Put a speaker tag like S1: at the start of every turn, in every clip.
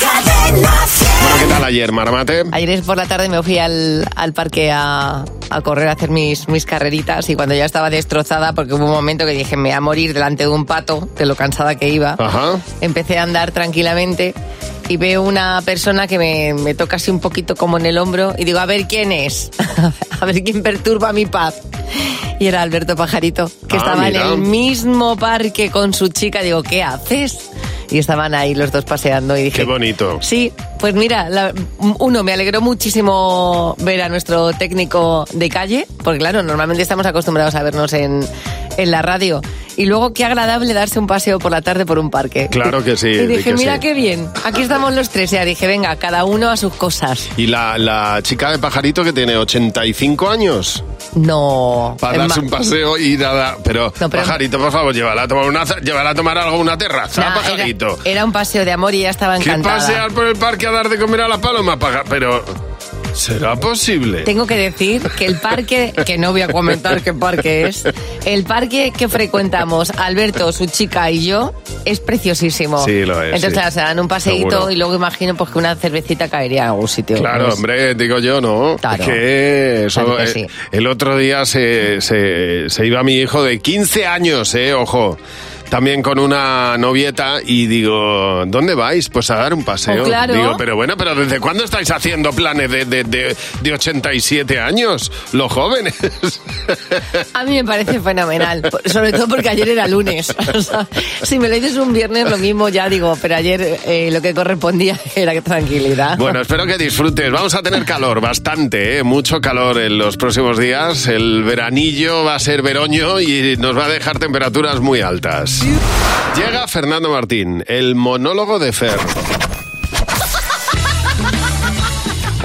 S1: Cadena 100.
S2: Bueno, ¿qué tal ayer, Marmate?
S3: Ayer por la tarde me fui al, al parque a, a correr, a hacer mis, mis carreritas y cuando ya estaba destrozada, porque hubo un momento que dije, me voy a morir delante de un pato, de lo cansada que iba,
S2: Ajá.
S3: empecé a andar tranquilamente y veo una persona que me, me toca así un poquito como en el hombro y digo, a ver quién es, a ver quién perturba mi paz. Y era Alberto Pajarito, que
S2: Ah,
S3: estaba en
S2: mira.
S3: el mismo parque con su chica. Digo, ¿qué haces? Y estaban ahí los dos paseando y dije,
S2: Qué bonito.
S3: Sí, pues mira, la- uno, me alegró muchísimo ver a nuestro técnico de calle, porque claro, normalmente estamos acostumbrados a vernos en, en la radio. Y luego, qué agradable darse un paseo por la tarde por un parque.
S2: Claro que sí,
S3: Y
S2: di
S3: dije,
S2: que
S3: mira
S2: sí".
S3: qué bien, aquí estamos los tres. Ya dije, venga, cada uno a sus cosas.
S2: Y la, la chica de pajarito que tiene 85 años
S3: No.
S2: para
S3: es
S2: darse
S3: ma-
S2: un paseo y nada. Pero,
S3: No, pero-
S2: pajarito, por favor, llévala a tomar, una, llévala a tomar algo, una terraza,
S3: Nah, era,
S2: pajarito.
S3: era un paseo de amor y ya estaba
S2: Que
S3: encantada.
S2: pasear por el parque a dar de comer a la paloma, paja. Pero, ¿será posible?
S3: Tengo que decir que el parque, que no voy a comentar qué parque es, el parque que frecuentamos Alberto, su chica y yo, es preciosísimo.
S2: Sí, lo es,
S3: Entonces,
S2: sí.
S3: o sea, dan un paseíto
S2: Seguro.
S3: y luego imagino pues, que una cervecita caería en algún sitio.
S2: Claro,
S3: ¿sabes?
S2: hombre, digo yo, ¿no?
S3: Claro.
S2: Que eso,
S3: Claro que
S2: eh,
S3: sí.
S2: El otro día se, se, se iba mi hijo de 15 años, ¿eh? Ojo. También con una novieta y digo, ¿dónde vais? Pues a dar un paseo.
S3: Oh, claro.
S2: Digo, pero bueno, pero ¿desde cuándo estáis haciendo planes de, de, de, de 87 años? Los jóvenes.
S3: A mí me parece fenomenal, por- sobre todo porque ayer era lunes. O sea, si me lo dices un viernes, lo mismo ya digo, pero ayer eh, lo que correspondía era tranquilidad.
S2: Bueno, espero que disfrutes. Vamos a tener calor, bastante, ¿eh? mucho calor en los próximos días. El veranillo va a ser veroño y nos va a dejar temperaturas muy altas. Llega Fernando Martín, el monólogo de Fer.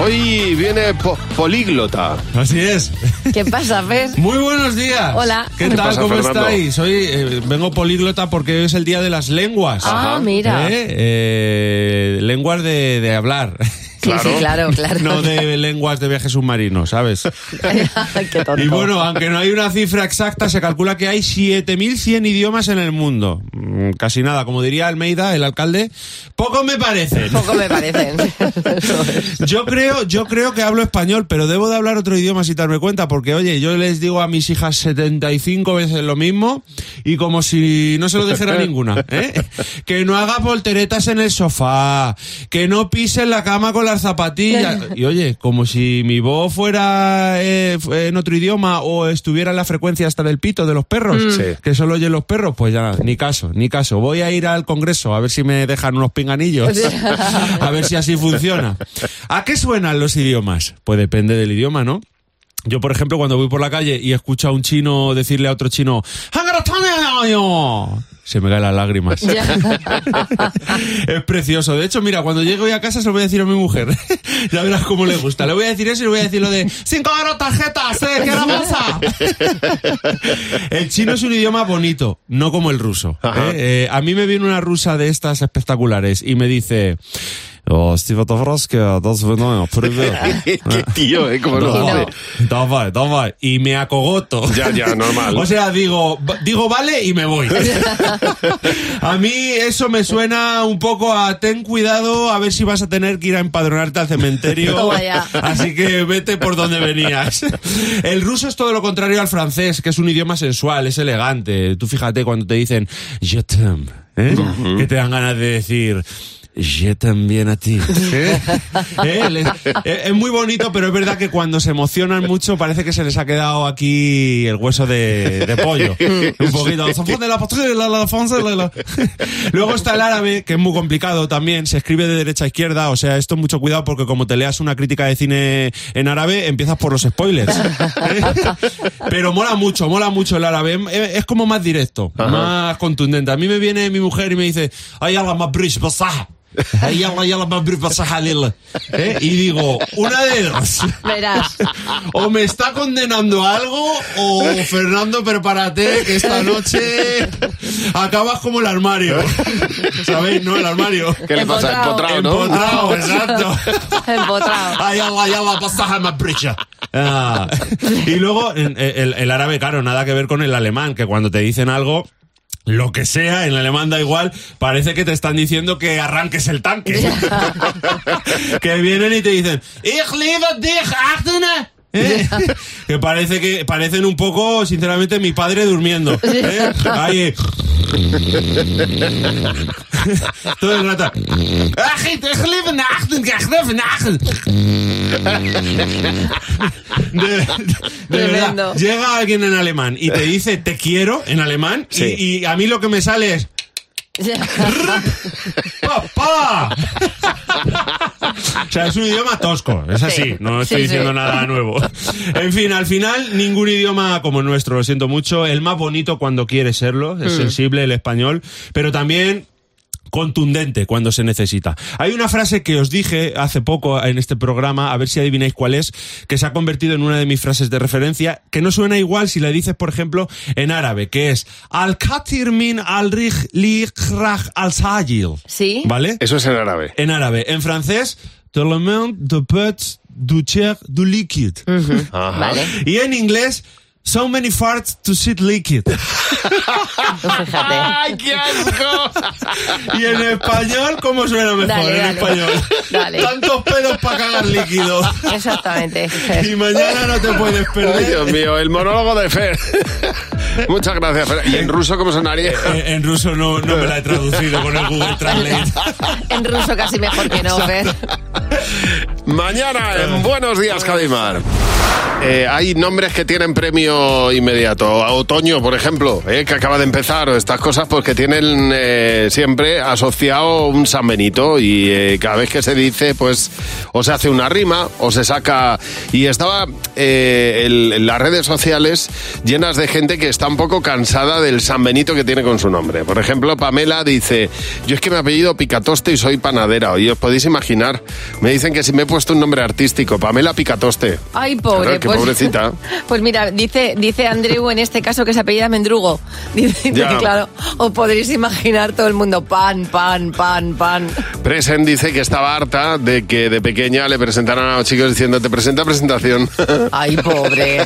S2: Hoy viene po- políglota.
S4: Así es.
S3: ¿Qué pasa, Fer?
S4: Muy buenos días.
S3: Hola.
S4: ¿Qué,
S3: ¿Qué
S4: tal?
S2: pasa,
S4: ¿Cómo
S2: Fernando?
S4: estáis? Hoy eh, vengo políglota porque hoy es el día de las lenguas.
S3: Ah, mira.
S4: ¿Eh? Eh, lenguas de, de hablar.
S3: Sí, sí, claro, claro.
S4: No de lenguas de viaje submarino, ¿sabes?
S3: Qué tonto.
S4: Y bueno, aunque no hay una cifra exacta, se calcula que hay 7.100 idiomas en el mundo. Mm, Casi nada, como diría Almeida, el alcalde, pocos me parecen.
S3: Poco me parecen. Eso es.
S4: Yo creo, yo creo que hablo español, pero debo de hablar otro idioma sin darme cuenta, porque oye, yo les digo a mis hijas 75 veces lo mismo y como si no se lo dijera ninguna, ¿eh? Que no haga volteretas en el sofá, que no pise en la cama con las zapatillas. Y oye, como si mi voz fuera eh, fu- en otro idioma o estuviera en la frecuencia hasta del pito de los perros,
S2: Sí.
S4: que solo oyen los perros, pues ya, ni caso, ni caso. Voy a ir al congreso a ver si me dejan unos pinganillos. A ver si así funciona. ¿A qué suenan los idiomas? Pues depende del idioma, ¿no? Yo, por ejemplo, cuando voy por la calle y escucho a un chino decirle a otro chino, "Hangaratanayo", se me caen las lágrimas. es precioso. De hecho, mira, cuando llego hoy a casa se lo voy a decir a mi mujer. ya verás cómo le gusta. Le voy a decir eso y le voy a decir lo de cinco euros tarjetas, ¿eh? ¿Qué la bolsa?". el chino es un idioma bonito, no como el ruso.
S2: Ajá.
S4: ¿eh? Eh, a mí me viene una rusa de estas espectaculares y me dice... "Oh, «О, Стива Тавраска, до свидания, привет».
S2: Qué tío, ¿eh? ¿Cómo lo
S4: Давай,
S2: hace?
S4: давай, давай. Y me acogoto.
S2: Ya, ya, normal.
S4: O sea, digo, va- digo vale y me voy. a mí eso me suena un poco a ten cuidado a ver si vas a tener que ir a empadronarte al cementerio.
S3: Toma ya.
S4: Así que vete por donde venías. El ruso es todo lo contrario al francés, que es un idioma sensual, es elegante. Tú fíjate cuando te dicen je t'aime, ¿eh? que te dan ganas de decir yo también a ti. ¿eh? ¿Eh? Les- eh, Es muy bonito, pero es verdad que cuando se emocionan mucho parece que se les ha quedado aquí el hueso de, de pollo. Un poquito. Luego está el árabe, que es muy complicado también. Se escribe de derecha a izquierda. O sea, esto mucho cuidado porque como te leas una crítica de cine en árabe, empiezas por los spoilers. Pero mola mucho, mola mucho el árabe. Em- em- Es como más directo, más contundente. A mí me viene mi mujer y me dice, ay, Allah, mabrish, basah. Ay, Allah, yalla, mabrish, basah, alil". ¿Eh? Y digo, una de dos.
S3: Verás.
S4: O me está condenando a algo, o Fernando, prepárate, que esta noche acabas como el armario. ¿Sabéis? No, el armario.
S2: ¿Qué le pasa?
S3: Empotrao.
S2: Empotrao, ¿no?
S4: Empotrado, exacto.
S3: Empotrado.
S4: Ay, Allah, ya Allah, pasaja más precha. Ah. Y luego en- el, el árabe, claro, nada que ver con el alemán, que cuando te dicen algo. lo que sea, en alemán da igual, parece que te están diciendo que arranques el tanque. que vienen y te dicen, Ich liebe dich, Achtene". ¿Eh? que parece que parecen un poco, sinceramente, mi padre durmiendo. ¿eh? Ahí, eh. Todo el rato. "Ach, ich liebe dich, Achtene, ich liebe Achtene". De- de verdad,
S3: Tremendo.
S4: llega alguien en alemán y te dice te quiero en alemán y-
S2: Sí.
S4: y a mí lo que me sale es ¡Papá! o sea, es un idioma tosco, es así,
S3: Sí,
S4: no estoy
S3: sí,
S4: diciendo
S3: sí.
S4: nada nuevo. En fin, al final, ningún idioma como el nuestro, lo siento mucho, el más bonito cuando quiere serlo,
S3: Mm.
S4: es sensible el español, pero también contundente cuando se necesita. Hay una frase que os dije hace poco en este programa, a ver si adivináis cuál es, que se ha convertido en una de mis frases de referencia, que no suena igual si la dices, por ejemplo, en árabe, que es Al-Katir min al-Rih li kraj al-Sajil.
S3: Sí.
S4: ¿Vale?
S2: Eso es en árabe.
S4: En árabe. En francés, Tolement de Pets du Cher du Liquid.
S2: Ajá.
S3: Vale.
S4: Y en inglés, So many farts to sit liquid.
S3: Pues Fíjate.
S2: ¡Ay, qué asco!
S4: Y en español, ¿cómo suena mejor?
S3: Dale,
S4: en
S3: dale.
S4: español.
S3: Dale.
S4: Tantos pelos para cagar líquido.
S3: Exactamente.
S4: Y mañana no te puedes
S2: Ay,
S4: perder.
S2: Dios mío, el monólogo de Fer. Muchas gracias, Fer. ¿Y en ruso cómo sonaría?
S4: En, Eh, en ruso no, no me la he traducido con el Google Translate.
S3: En ruso casi mejor que no, Fer.
S2: Mañana en Buenos Días, Cadimar. Eh, hay nombres que tienen premio inmediato. A Otoño, por ejemplo, eh, que acaba de empezar, o estas cosas, porque tienen eh, siempre asociado un San Benito y eh, cada vez que se dice, pues, o se hace una rima o se saca. Y estaba eh, el- las redes sociales llenas de gente que está un poco cansada del San Benito que tiene con su nombre. Por ejemplo, Pamela dice: Yo es que me apellido Picatoste y soy panadera. Y os podéis imaginar, me dicen que si me he puesto un nombre artístico, Pamela Picatoste.
S3: Ay, pobre.
S2: Claro, qué
S3: pues,
S2: pobrecita.
S3: Pues mira, dice, dice Andreu en este caso que se apellida Mendrugo. Dice,
S2: Ya.
S3: que, claro, os podréis imaginar todo el mundo pan, pan, pan, pan.
S2: Presen dice que estaba harta de que de pequeña le presentaran a los chicos diciendo te presenta presentación.
S3: Ay, pobre.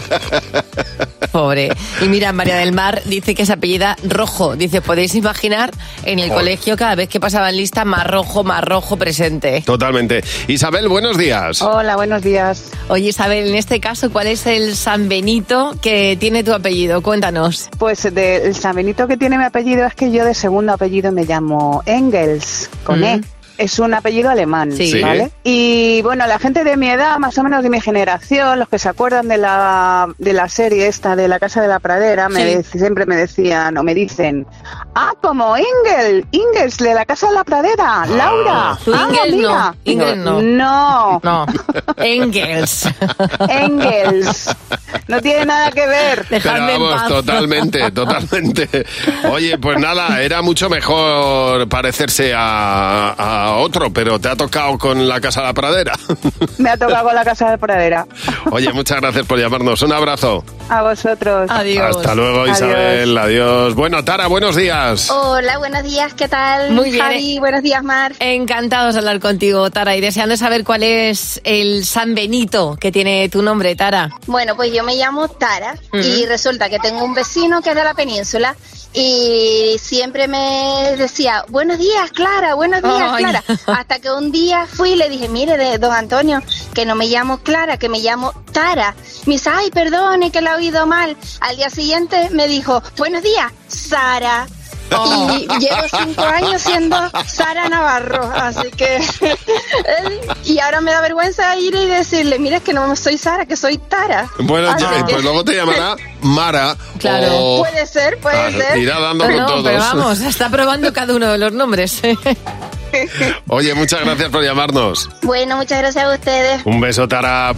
S3: Pobre. Y mira, María del Mar dice que es apellida Rojo. Dice, podéis imaginar en el colegio cada vez que pasaban lista, más rojo, más rojo presente.
S2: Totalmente. Isabel, buenos días.
S1: Hola, buenos días.
S3: Oye, Isabel, en este caso, ¿cuál es el San Benito que tiene tu apellido? Cuéntanos.
S1: Pues del San Benito que tiene mi apellido es que yo de segundo apellido me llamo Engels, con
S3: Mm.
S1: E. Es un apellido alemán,
S3: Sí. Sí.
S1: ¿vale? Y bueno, la gente de mi edad, más o menos de mi generación, los que se acuerdan de la, de la serie esta de La Casa de la Pradera, me
S3: Sí.
S1: dec- siempre me decían o me dicen, ah, como Engel, Ingels de La Casa de la Pradera, Laura.
S3: Tú
S1: ah,
S3: Engel no,
S1: mira".
S3: Ingel no.
S1: No,
S3: No, Engels.
S1: Engels. No tiene nada que ver.
S3: Dejadme
S2: Pero
S3: en
S2: vamos,
S3: paz.
S2: totalmente, totalmente. Oye, pues nada, era mucho mejor parecerse a, a otro, pero te ha tocado con la Casa de la Pradera.
S1: Me ha tocado con la Casa de la Pradera.
S2: Oye, muchas gracias por llamarnos. Un abrazo.
S1: A vosotros.
S3: Adiós.
S2: Hasta luego,
S1: Adiós.
S2: Isabel. Adiós. Bueno, Tara, buenos días.
S5: Hola, buenos días, ¿qué tal?
S3: Muy bien,
S5: Javi, buenos días, Mar.
S3: Encantados de hablar contigo, Tara, y deseando saber cuál es el San Benito que tiene tu nombre, Tara.
S5: Bueno, pues yo me llamo Tara
S3: Ujú.
S5: y resulta que tengo un vecino que es de la península y siempre me decía, buenos días, Clara, buenos días,
S3: Ay.
S5: Clara. Hasta que un día fui y le dije, mire, de- don Antonio, que no me llamo Clara, que me llamo Tara. Me dice, ay, perdone, que la he oído mal. Al día siguiente me dijo, buenos días, Sara.
S3: Oh.
S5: Y llevo cinco años siendo Sara Navarro, así que... y ahora me da vergüenza ir y decirle, mira, es que no soy Sara, que soy Tara.
S2: Bueno,
S5: Así
S2: eh,
S5: que-
S2: pues luego te llamará Mara.
S3: Claro.
S2: o-
S5: Puede ser, puede
S2: Ah,
S5: ser.
S2: Oh. Irá dando con
S3: No,
S2: todos.
S3: pero vamos, está probando cada uno de los nombres.
S2: Oye, muchas gracias por llamarnos.
S5: Bueno, muchas gracias a ustedes.
S2: Un beso, Tara.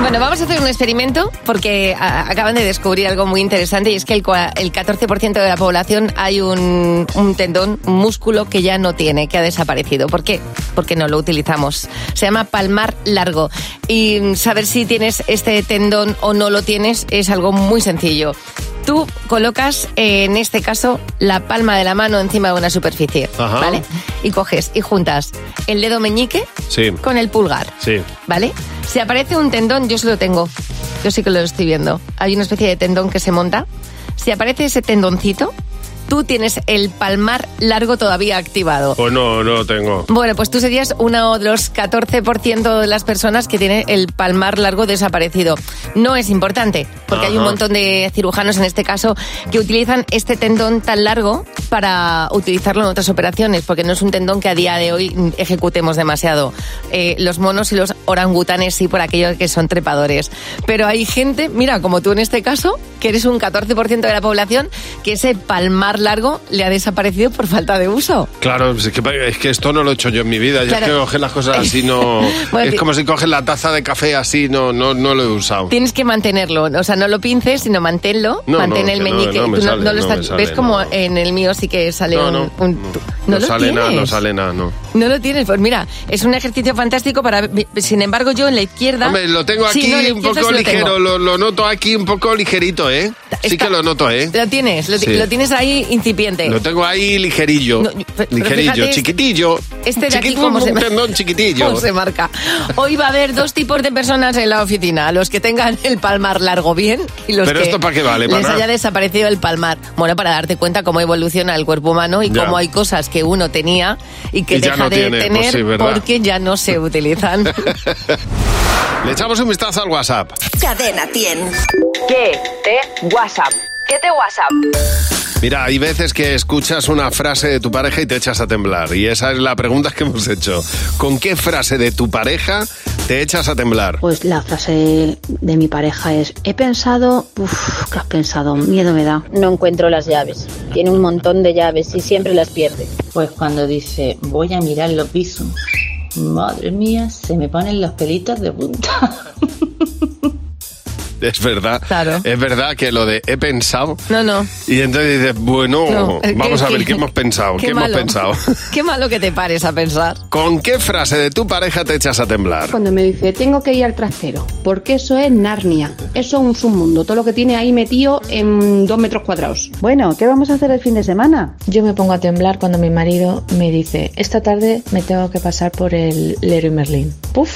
S3: Bueno, vamos a hacer un experimento porque a- acaban de descubrir algo muy interesante y es que el, cua- el 14% de la población hay un, un tendón, un músculo que ya no tiene, que ha desaparecido. ¿Por qué? Porque no lo utilizamos. Se llama palmar largo. Y mm, saber si tienes este tendón o no lo tienes es algo muy sencillo. Tú colocas, eh, en este caso, la palma de la mano encima de una superficie,
S2: Ajá.
S3: ¿vale? Y coges y juntas el dedo meñique
S2: Sí.
S3: con el pulgar.
S2: Sí.
S3: ¿Vale? Si aparece un tendón, yo sí lo tengo. Yo sí que lo estoy viendo. Hay una especie de tendón que se monta. Si aparece ese tendoncito, tú tienes el palmar largo todavía activado.
S2: Pues no, no lo tengo.
S3: Bueno, pues tú serías uno de los 14% de las personas que tiene el palmar largo desaparecido. No es importante, porque hay un
S2: Ajá.
S3: montón de cirujanos en este caso que utilizan este tendón tan largo para utilizarlo en otras operaciones, porque no es un tendón que a día de hoy mm, ejecutemos demasiado. Eh, los monos y los orangutanes sí, por aquellos que son trepadores. Pero hay gente, mira, como tú en este caso, que eres un 14% de la población, que ese palmar largo le ha desaparecido por falta de uso.
S2: Claro, es que, es que esto no lo he hecho yo en mi vida. Yo
S3: Claro.
S2: es que coger las cosas así no.
S3: Bueno,
S2: es
S3: ti-
S2: como si coges la taza de café así, no, no, no lo he usado.
S3: Tienes que mantenerlo, o sea, no lo pinces, sino manténlo,
S2: No,
S3: mantén
S2: no,
S3: el
S2: que no,
S3: meñique.
S2: no me
S3: Tú
S2: sale,
S3: lo
S2: no me
S3: estás,
S2: sale,
S3: ves como
S2: no.
S3: en el mío sí que sale
S2: No,
S3: un,
S2: no,
S3: un-
S2: no.
S3: tú- no
S2: No
S3: lo
S2: sale nada,
S3: tienes.
S2: no sale nada, no.
S3: No lo tienes, pues mira, es un ejercicio fantástico para sin embargo yo en la izquierda
S2: Hombre, lo tengo
S3: Sí,
S2: aquí
S3: no, en la
S2: un
S3: izquierda
S2: poco
S3: sí lo tengo.
S2: ligero, lo, lo noto aquí un poco ligerito, ¿eh? Sí
S3: Está-
S2: que lo noto, ¿eh?
S3: Lo tienes, lo, ti-
S2: Sí.
S3: lo tienes ahí incipiente.
S2: Lo tengo ahí ligerillo.
S3: No, pero- pero
S2: ligerillo,
S3: fíjate,
S2: chiquitillo.
S3: Este de aquí,
S2: Chiquito,
S3: ¿cómo se
S2: un
S3: mar-
S2: tendón chiquitillo.
S3: ¿Cómo se marca? Hoy va a haber dos tipos de personas en la oficina. Los que tengan el palmar largo bien y los
S2: ¿Pero
S3: que
S2: esto para qué vale? ¿Para
S3: les
S2: nada?
S3: haya desaparecido el palmar. Bueno, para darte cuenta cómo evoluciona el cuerpo humano y
S2: Ya.
S3: cómo hay cosas que uno tenía y que
S2: Y ya
S3: deja
S2: no
S3: de
S2: tiene, pues
S3: tener
S2: sí, ¿verdad?
S3: porque ya no se utilizan.
S2: Le echamos un vistazo al WhatsApp.
S6: Cadena 100.
S7: ¿Qué te WhatsApp? ¿Qué te WhatsApp?
S2: Mira, hay veces que escuchas una frase de tu pareja y te echas a temblar. Y esa es la pregunta que hemos hecho. ¿Con qué frase de tu pareja te echas a temblar?
S8: Pues la frase de mi pareja es, he pensado, uff, ¿qué has pensado? Miedo me da.
S9: No encuentro las llaves. Tiene un montón de llaves y siempre las pierde. Pues cuando dice, voy a mirar los pisos. Madre mía, se me ponen los pelitos de punta.
S2: Es verdad.
S3: Claro.
S2: Es verdad que lo de he pensado.
S3: No, no.
S2: Y entonces dices, bueno,
S3: no.
S2: vamos a ver qué, hemos pensado. ¿Qué, hemos
S3: malo.
S2: pensado?
S3: Qué malo que te pares a pensar.
S2: ¿Con qué frase de tu pareja te echas a temblar?
S10: Cuando me dice, tengo que ir al trastero, porque eso es Narnia, eso es un submundo, todo lo que tiene ahí metido en dos metros cuadrados.
S8: Bueno, ¿qué vamos a hacer el fin de semana?
S9: Yo me pongo a temblar cuando mi marido me dice, esta tarde me tengo que pasar por el Leroy Merlin. Puf,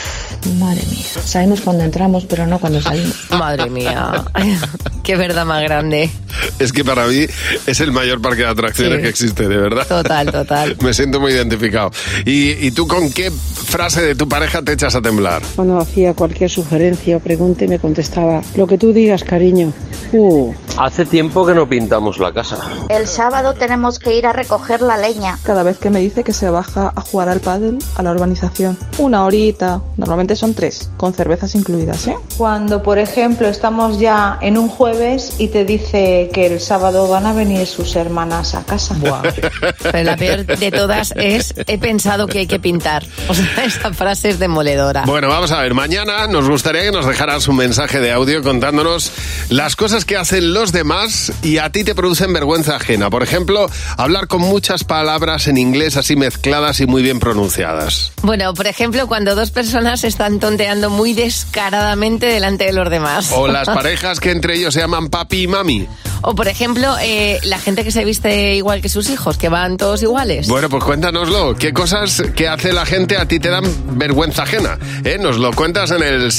S9: madre mía. Sabemos cuando entramos, pero no cuando salimos.
S3: Madre mía. qué verdad más grande.
S2: Es que para mí es el mayor parque de atracciones
S3: Sí.
S2: que existe, de verdad.
S3: Total, total.
S2: Me siento muy identificado. ¿Y, y tú con qué frase de tu pareja te echas a temblar?
S10: Cuando hacía cualquier sugerencia o pregunta y me contestaba, lo que tú digas, cariño. Uh,
S11: Hace tiempo que no pintamos la casa.
S5: El sábado tenemos que ir a recoger la leña.
S9: Cada vez que me dice que se baja a jugar al pádel a la urbanización. Una horita. Normalmente son tres, con cervezas incluidas, ¿eh?
S8: Cuando, por ejemplo, estamos ya en un jueves y te dice Eh, que el sábado van a venir sus hermanas a casa.
S3: Pero la peor de todas es he pensado que hay que pintar. O sea, esta frase es demoledora.
S2: Bueno, vamos a ver, mañana nos gustaría que nos dejaras un mensaje de audio contándonos las cosas que hacen los demás y a ti te producen vergüenza ajena. Por ejemplo, hablar con muchas palabras en inglés así mezcladas y muy bien pronunciadas.
S3: Bueno, por ejemplo, cuando dos personas están tonteando muy descaradamente delante de los demás.
S2: O las parejas que entre ellos se llaman papi y mami.
S3: O, por ejemplo, eh, la gente que se viste igual que sus hijos, que van todos iguales.
S2: Bueno, pues cuéntanoslo. ¿Qué cosas que hace la gente a ti te dan vergüenza ajena? ¿Eh? Nos lo cuentas en el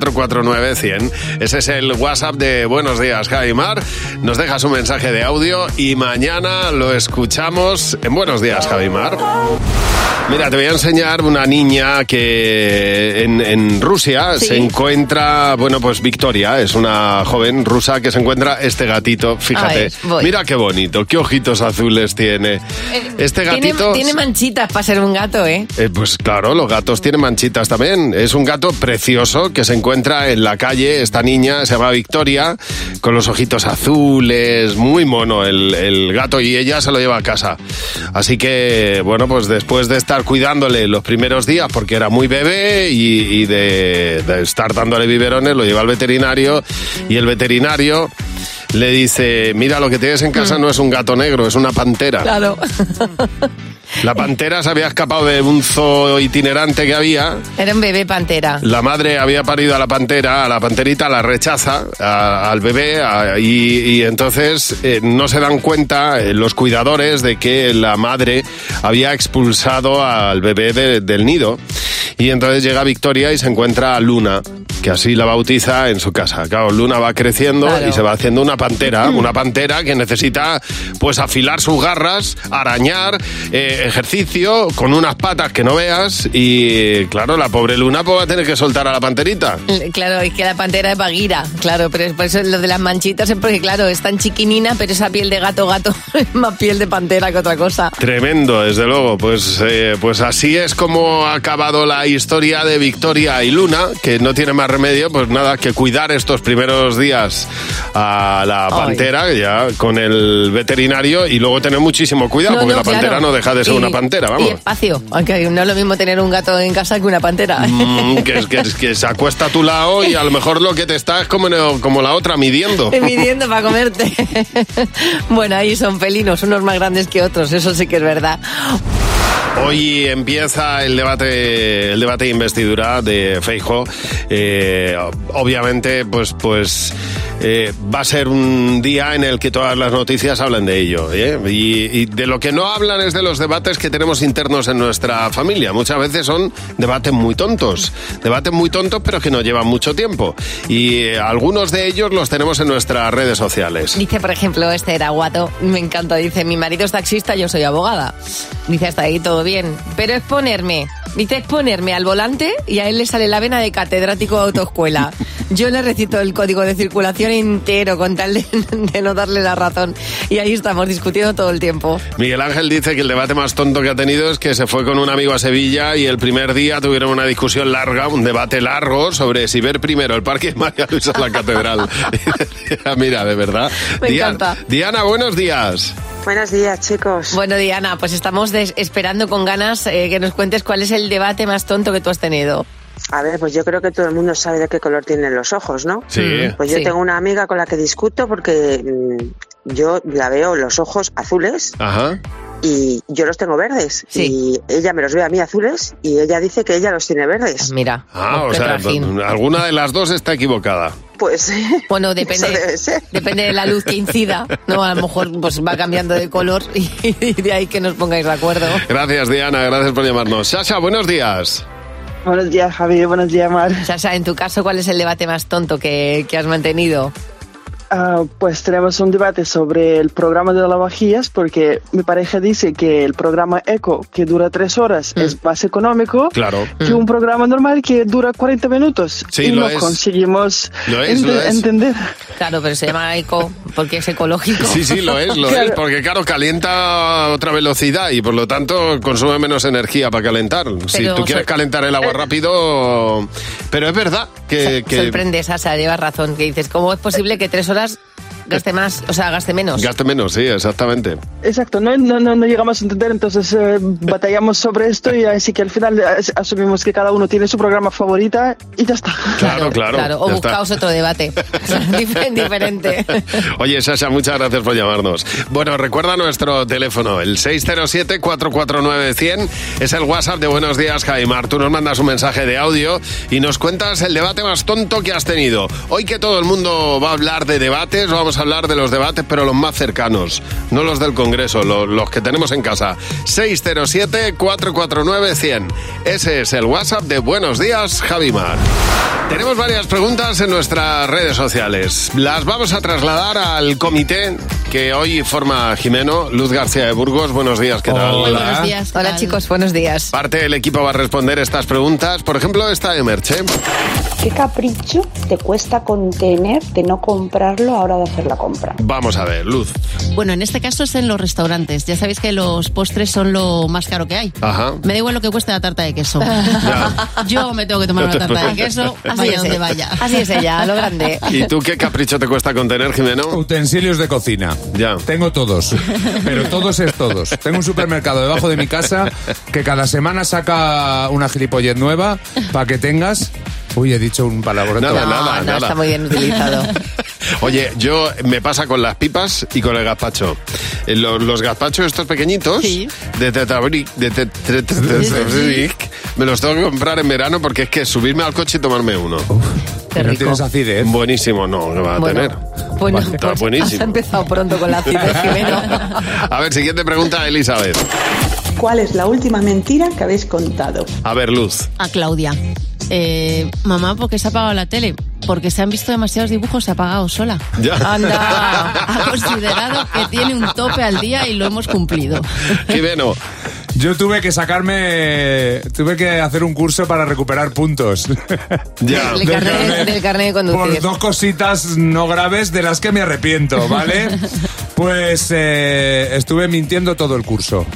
S2: 607-449-100. Ese es el WhatsApp de Buenos Días, Javimar. Nos dejas un mensaje de audio y mañana lo escuchamos en Buenos Días, Javimar. Mira, te voy a enseñar una niña que en, en Rusia
S3: Sí.
S2: se encuentra, bueno, pues Victoria, es una joven rusa que se encuentra este gatito,
S3: A
S2: fíjate.
S3: ver, voy.
S2: Mira qué bonito, qué ojitos azules tiene. Este
S3: Tiene-
S2: gatito...
S3: Tiene, manchitas para ser un gato, ¿eh?
S2: Eh, pues claro, los gatos tienen manchitas también. Es un gato precioso que se encuentra en la calle. Esta niña se llama Victoria, con los ojitos azules, muy mono el, el gato y ella se lo lleva a casa. Así que, bueno, pues después de estar cuidándole los primeros días, porque era muy bebé, y, y de, de estar dándole biberones, lo lleva al veterinario y el veterinario le dice, mira, lo que tienes en casa no es un gato negro, es una pantera.
S3: Claro.
S2: La pantera se había escapado de un zoo itinerante que había.
S3: Era un bebé pantera.
S2: La madre había parido a la pantera, a la panterita la rechaza, a- al bebé, a- y, y entonces eh, no se dan cuenta eh, los cuidadores de que la madre había expulsado al bebé de- del nido. Y entonces llega Victoria y se encuentra a Luna, que así la bautiza en su casa. Claro, Luna va creciendo
S6: Claro.
S2: y se va haciendo una pantera, una pantera que necesita pues afilar sus garras, arañar, eh, ejercicio, con unas patas que no veas y claro, la pobre Luna pues, va a tener que soltar a la panterita.
S3: L- Claro, es que la pantera es vaguira, claro, pero es por eso lo de las manchitas es porque, claro, es tan chiquinina, pero esa piel de gato, gato, es más piel de pantera que otra cosa.
S2: Tremendo, desde luego. Pues, eh, pues así es como ha acabado la historia de Victoria y Luna, que no tiene más remedio, pues nada, que cuidar estos primeros días a la pantera, ya con el veterinario, y luego tener muchísimo cuidado,
S3: No,
S2: porque
S3: no,
S2: la pantera
S3: claro.
S2: no deja de ser
S3: Y-
S2: una pantera,
S3: Y
S2: vamos.
S3: espacio, aunque no es lo mismo tener un gato en casa que una pantera.
S2: Mm, que, es- que, es- que se acuesta a tu lado y a lo mejor lo que te está es como, en- como la otra, midiendo.
S3: Midiendo para comerte. bueno, ahí son felinos, unos más grandes que otros, eso sí que es verdad.
S2: Hoy empieza el debate, el debate de investidura de Feijo. obviamente, pues, pues eh, va a ser un día en el que todas las noticias hablan de ello. ¿eh? Y, y de lo que no hablan es de los debates que tenemos internos en nuestra familia. Muchas veces son debates muy tontos, debates muy tontos, pero que no llevan mucho tiempo. Y eh, algunos de ellos los tenemos en nuestras redes sociales.
S3: Dice, por ejemplo, este era guato, me encanta, dice, mi marido es taxista, yo soy abogada. Dice, hasta ahí todo bien. Pero es ponerme, dice, es ponerme al volante y a él le sale la vena de catedrático de autoescuela. Yo le recito el código de circulación entero con tal de, de no darle la razón. Y ahí estamos discutiendo todo el tiempo.
S2: Miguel Ángel dice que el debate más tonto que ha tenido es que se fue con un amigo a Sevilla y el primer día tuvieron una discusión larga, un debate largo sobre si ver primero el Parque María Luisa o la Catedral. Mira, de verdad.
S3: Me
S2: Diana,
S3: encanta.
S2: Diana, buenos días.
S3: Buenos días, chicos. Bueno, Diana, pues estamos des- esperando con ganas eh, que nos cuentes cuál es el debate más tonto que tú has tenido.
S12: A ver, pues yo creo que todo el mundo sabe de qué color tienen los ojos, ¿no?
S3: Sí.
S12: Pues yo
S3: Sí.
S12: tengo una amiga con la que discuto porque mm, yo la veo los ojos azules
S2: Ajá.
S12: y yo los tengo verdes. Y ella me los ve a mí azules y ella dice que ella los tiene verdes.
S3: Mira.
S2: Ah, o sea, alguna de las dos está equivocada.
S12: Pues.
S3: Bueno, depende. Depende de la luz que incida. No, a lo mejor pues va cambiando de color y, y de ahí que nos pongáis de acuerdo.
S2: Gracias, Diana, gracias por llamarnos. Sasha, buenos días.
S3: Buenos días, Javier. Buenos días, Mar. Sasa, en tu caso, ¿cuál es el debate más tonto que, que has mantenido?
S13: Ah, pues tenemos un debate sobre el programa de lavavajillas porque mi pareja dice que el programa Eco que dura tres horas es más económico
S2: Mm. Claro. Mm.
S13: que un programa normal que dura 40 minutos
S2: Sí,
S13: y
S2: lo
S13: no
S2: es.
S13: conseguimos
S2: Lo es,
S13: ente-
S2: lo es.
S13: entender.
S3: Claro, pero se llama eco porque es ecológico.
S2: Sí, sí, lo es, lo es, porque claro, calienta a otra velocidad y por lo tanto consume menos energía para calentar. si
S3: Pero Eh.
S2: tú quieres
S3: sor-
S2: calentar el agua rápido, pero es verdad que, que
S3: Sorprende, Sasa, llevas razón. Que dices, ¿cómo es posible que tres horas gaste más, o sea, gaste menos?
S2: gaste menos, sí, exactamente.
S13: Exacto, no, no, no, no llegamos a entender, entonces eh, batallamos sobre esto y así que al final eh, asumimos que cada uno tiene su programa favorita y ya está.
S2: Claro, claro.
S3: Claro, o
S2: ya está.
S3: buscaos otro debate. Difer- Diferente.
S2: Oye, Sasha, muchas gracias por llamarnos. Bueno, recuerda nuestro teléfono, el 607-449-100. Es el WhatsApp de Buenos Días, Jaimar. Tú nos mandas un mensaje de audio y nos cuentas el debate más tonto que has tenido. Hoy que todo el mundo va a hablar de debates, vamos a hablar de los debates, pero los más cercanos, no los del Congreso, lo- los, que tenemos en casa. 607-449-100. Ese es el WhatsApp de Buenos Días, Javimar. Tenemos varias preguntas en nuestras redes sociales. Las vamos a trasladar al comité que hoy forma Jimeno, Luz García de Burgos. Buenos días, ¿qué tal?
S3: Muy buenos días. Hola, chicos, buenos días.
S2: Parte del equipo va a responder estas preguntas. Por ejemplo, esta de Merche.
S14: ¿Qué capricho te cuesta contener de no comprarlo ahora de hacer la compra?
S2: Vamos a ver, Luz.
S15: Bueno, en este caso es en los restaurantes. Ya sabéis que los postres son lo más caro que hay.
S2: Ajá.
S15: Me da igual lo que cueste la tarta de queso. Yo me tengo que tomar
S2: No te
S15: una tarta de
S2: preocupes.
S15: queso,
S3: Así
S15: vaya
S3: es,
S15: donde
S3: eh.
S15: vaya.
S3: Así es ella, a lo grande.
S2: ¿Y tú qué capricho te cuesta contener, Jimeno?
S16: Utensilios de cocina.
S2: Ya.
S16: Tengo todos. Pero todos es todos. Tengo un supermercado debajo de mi casa que cada semana saca una gilipollez nueva para que tengas. Uy, he dicho un palabra.
S2: Nada,
S3: no,
S2: nada,
S3: no,
S2: nada.
S3: está muy bien utilizado.
S2: Oye, yo me pasa con las pipas y con el gazpacho. Eh, lo- Los, gazpachos estos pequeñitos de Tetrabric, de Tet- Tet- Tet- Tetrabric, me los tengo que comprar en verano porque es que subirme al coche y tomarme uno.
S3: Qué no rico. tienes
S2: acidez. Buenísimo, no, no va a
S3: Bueno,
S2: tener.
S3: Bueno,
S2: Va a estar
S3: pues has
S2: buenísimo.
S3: empezado pronto con la cita, Jimeno.
S2: A ver, siguiente pregunta, Elizabeth.
S17: ¿Cuál es la última mentira que habéis contado?
S2: A ver, Luz.
S15: A Claudia. eh, mamá, ¿por qué se ha apagado la tele? Porque se han visto demasiados dibujos, se ha apagado sola.
S2: Ya.
S15: Anda, ha considerado que tiene un tope al día y lo hemos cumplido.
S2: Jimeno.
S16: Yo tuve que sacarme. Tuve que hacer un curso para recuperar puntos.
S2: ya.
S3: Del carnet, del carnet de
S16: Por
S3: conducir.
S16: dos cositas no graves de las que me arrepiento, ¿vale? Pues eh, estuve mintiendo todo el curso.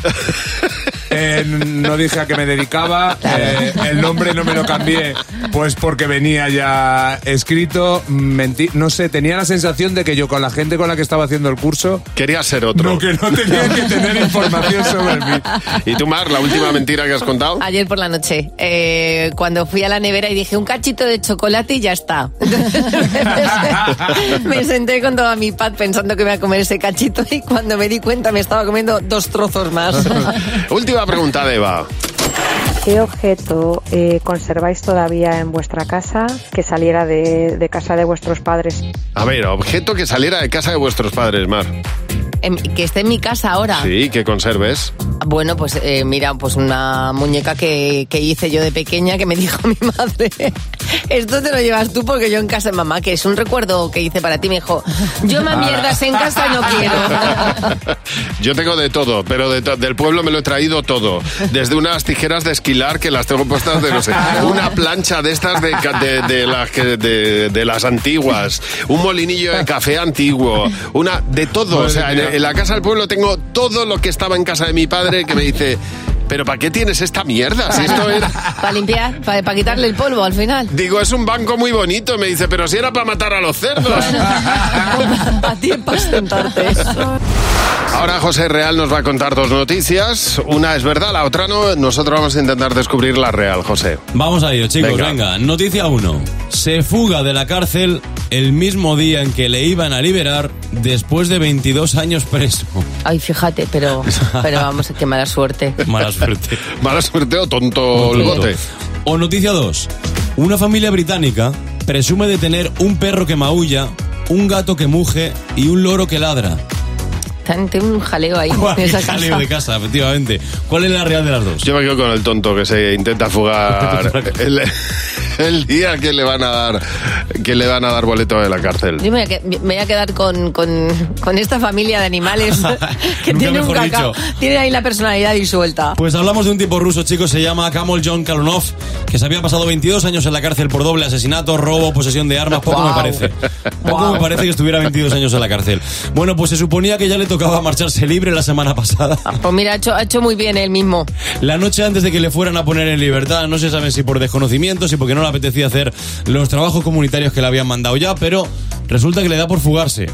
S16: Eh, no dije a qué me dedicaba, eh, el nombre no me lo cambié, pues porque venía ya escrito, mentí, no sé, tenía la sensación de que yo con la gente con la que estaba haciendo el curso...
S2: Quería ser otro.
S16: No, que no tenía que tener información sobre mí.
S2: ¿Y tú, Mar, la última mentira que has contado?
S3: Ayer por la noche, eh, cuando fui a la nevera y dije un cachito de chocolate y ya está. me senté con toda mi pad pensando que me iba a comer ese cachito y cuando me di cuenta me estaba comiendo dos trozos más.
S2: última pregunta de Eva.
S6: ¿Qué objeto eh, conserváis todavía en vuestra casa que saliera de, de casa de vuestros padres?
S2: A ver, objeto que saliera de casa de vuestros padres, Mar.
S3: Em, que esté en mi casa ahora.
S2: Sí, que conserves.
S3: Bueno, pues eh, mira, pues una muñeca que, que hice yo de pequeña que me dijo mi madre, esto te lo llevas tú porque yo en casa de mamá, que es un recuerdo que hice para ti, me dijo, yo más mierdas en casa no quiero.
S2: Yo tengo de todo, pero de to- del pueblo me lo he traído todo. Desde unas tijeras de esquilar que las tengo puestas de, no sé, una plancha de estas de, ca- de- de las, que- de, de las antiguas, un molinillo de café antiguo, una de todo. O sea, en, en la casa del pueblo tengo todo lo que estaba en casa de mi padre que me dice, pero ¿para qué tienes esta mierda? Si esto era...
S3: Para limpiar, para, quitarle el polvo al final.
S2: Digo, es un banco muy bonito. Me dice, pero si era para matar a los cerdos.
S3: Para ti, para sentarte.
S2: Ahora José Real nos va a contar dos noticias. Una es verdad, la otra no. Nosotros vamos a intentar descubrir la real, José.
S17: Vamos a ello, chicos.
S2: Venga.
S17: Venga. noticia 1. Se fuga de la cárcel el mismo día en que le iban a liberar después de 22 años preso.
S3: Ay, fíjate, pero, pero vamos, qué mala suerte.
S17: Mala suerte.
S2: Mala suerte o tonto el bote.
S17: O noticia 2. Una familia británica presume de tener un perro que maulla, un gato que muge y un loro que ladra.
S3: Tan- Tengo un jaleo ahí. en esa casa.
S17: Jaleo de casa, efectivamente. ¿Cuál es la real de las dos?
S2: Yo me quedo con el tonto que se intenta fugar el, el día que le van a dar que le van a dar boleto de la cárcel.
S3: Yo me voy a, que- me voy a quedar con, con- con esta familia de animales que
S17: Nunca
S3: tiene un
S17: mejor
S3: cacao.
S17: dicho.
S3: Tiene ahí la personalidad disuelta.
S17: Pues hablamos de un tipo ruso, chicos, se llama Kamol John Kalonov, que se había pasado 22 años en la cárcel por doble asesinato, robo, posesión de armas, poco
S18: Wow.
S17: me parece. Poco me parece que estuviera 22 años en la cárcel. Bueno, pues se suponía que ya le tocaba marcharse libre la semana pasada.
S3: Pues mira, ha hecho, ha hecho muy bien él mismo.
S17: La noche antes de que le fueran a poner en libertad, no se sabe si por desconocimiento, si porque no le apetecía hacer los trabajos comunitarios que le habían mandado ya, pero resulta que le da por fugarse.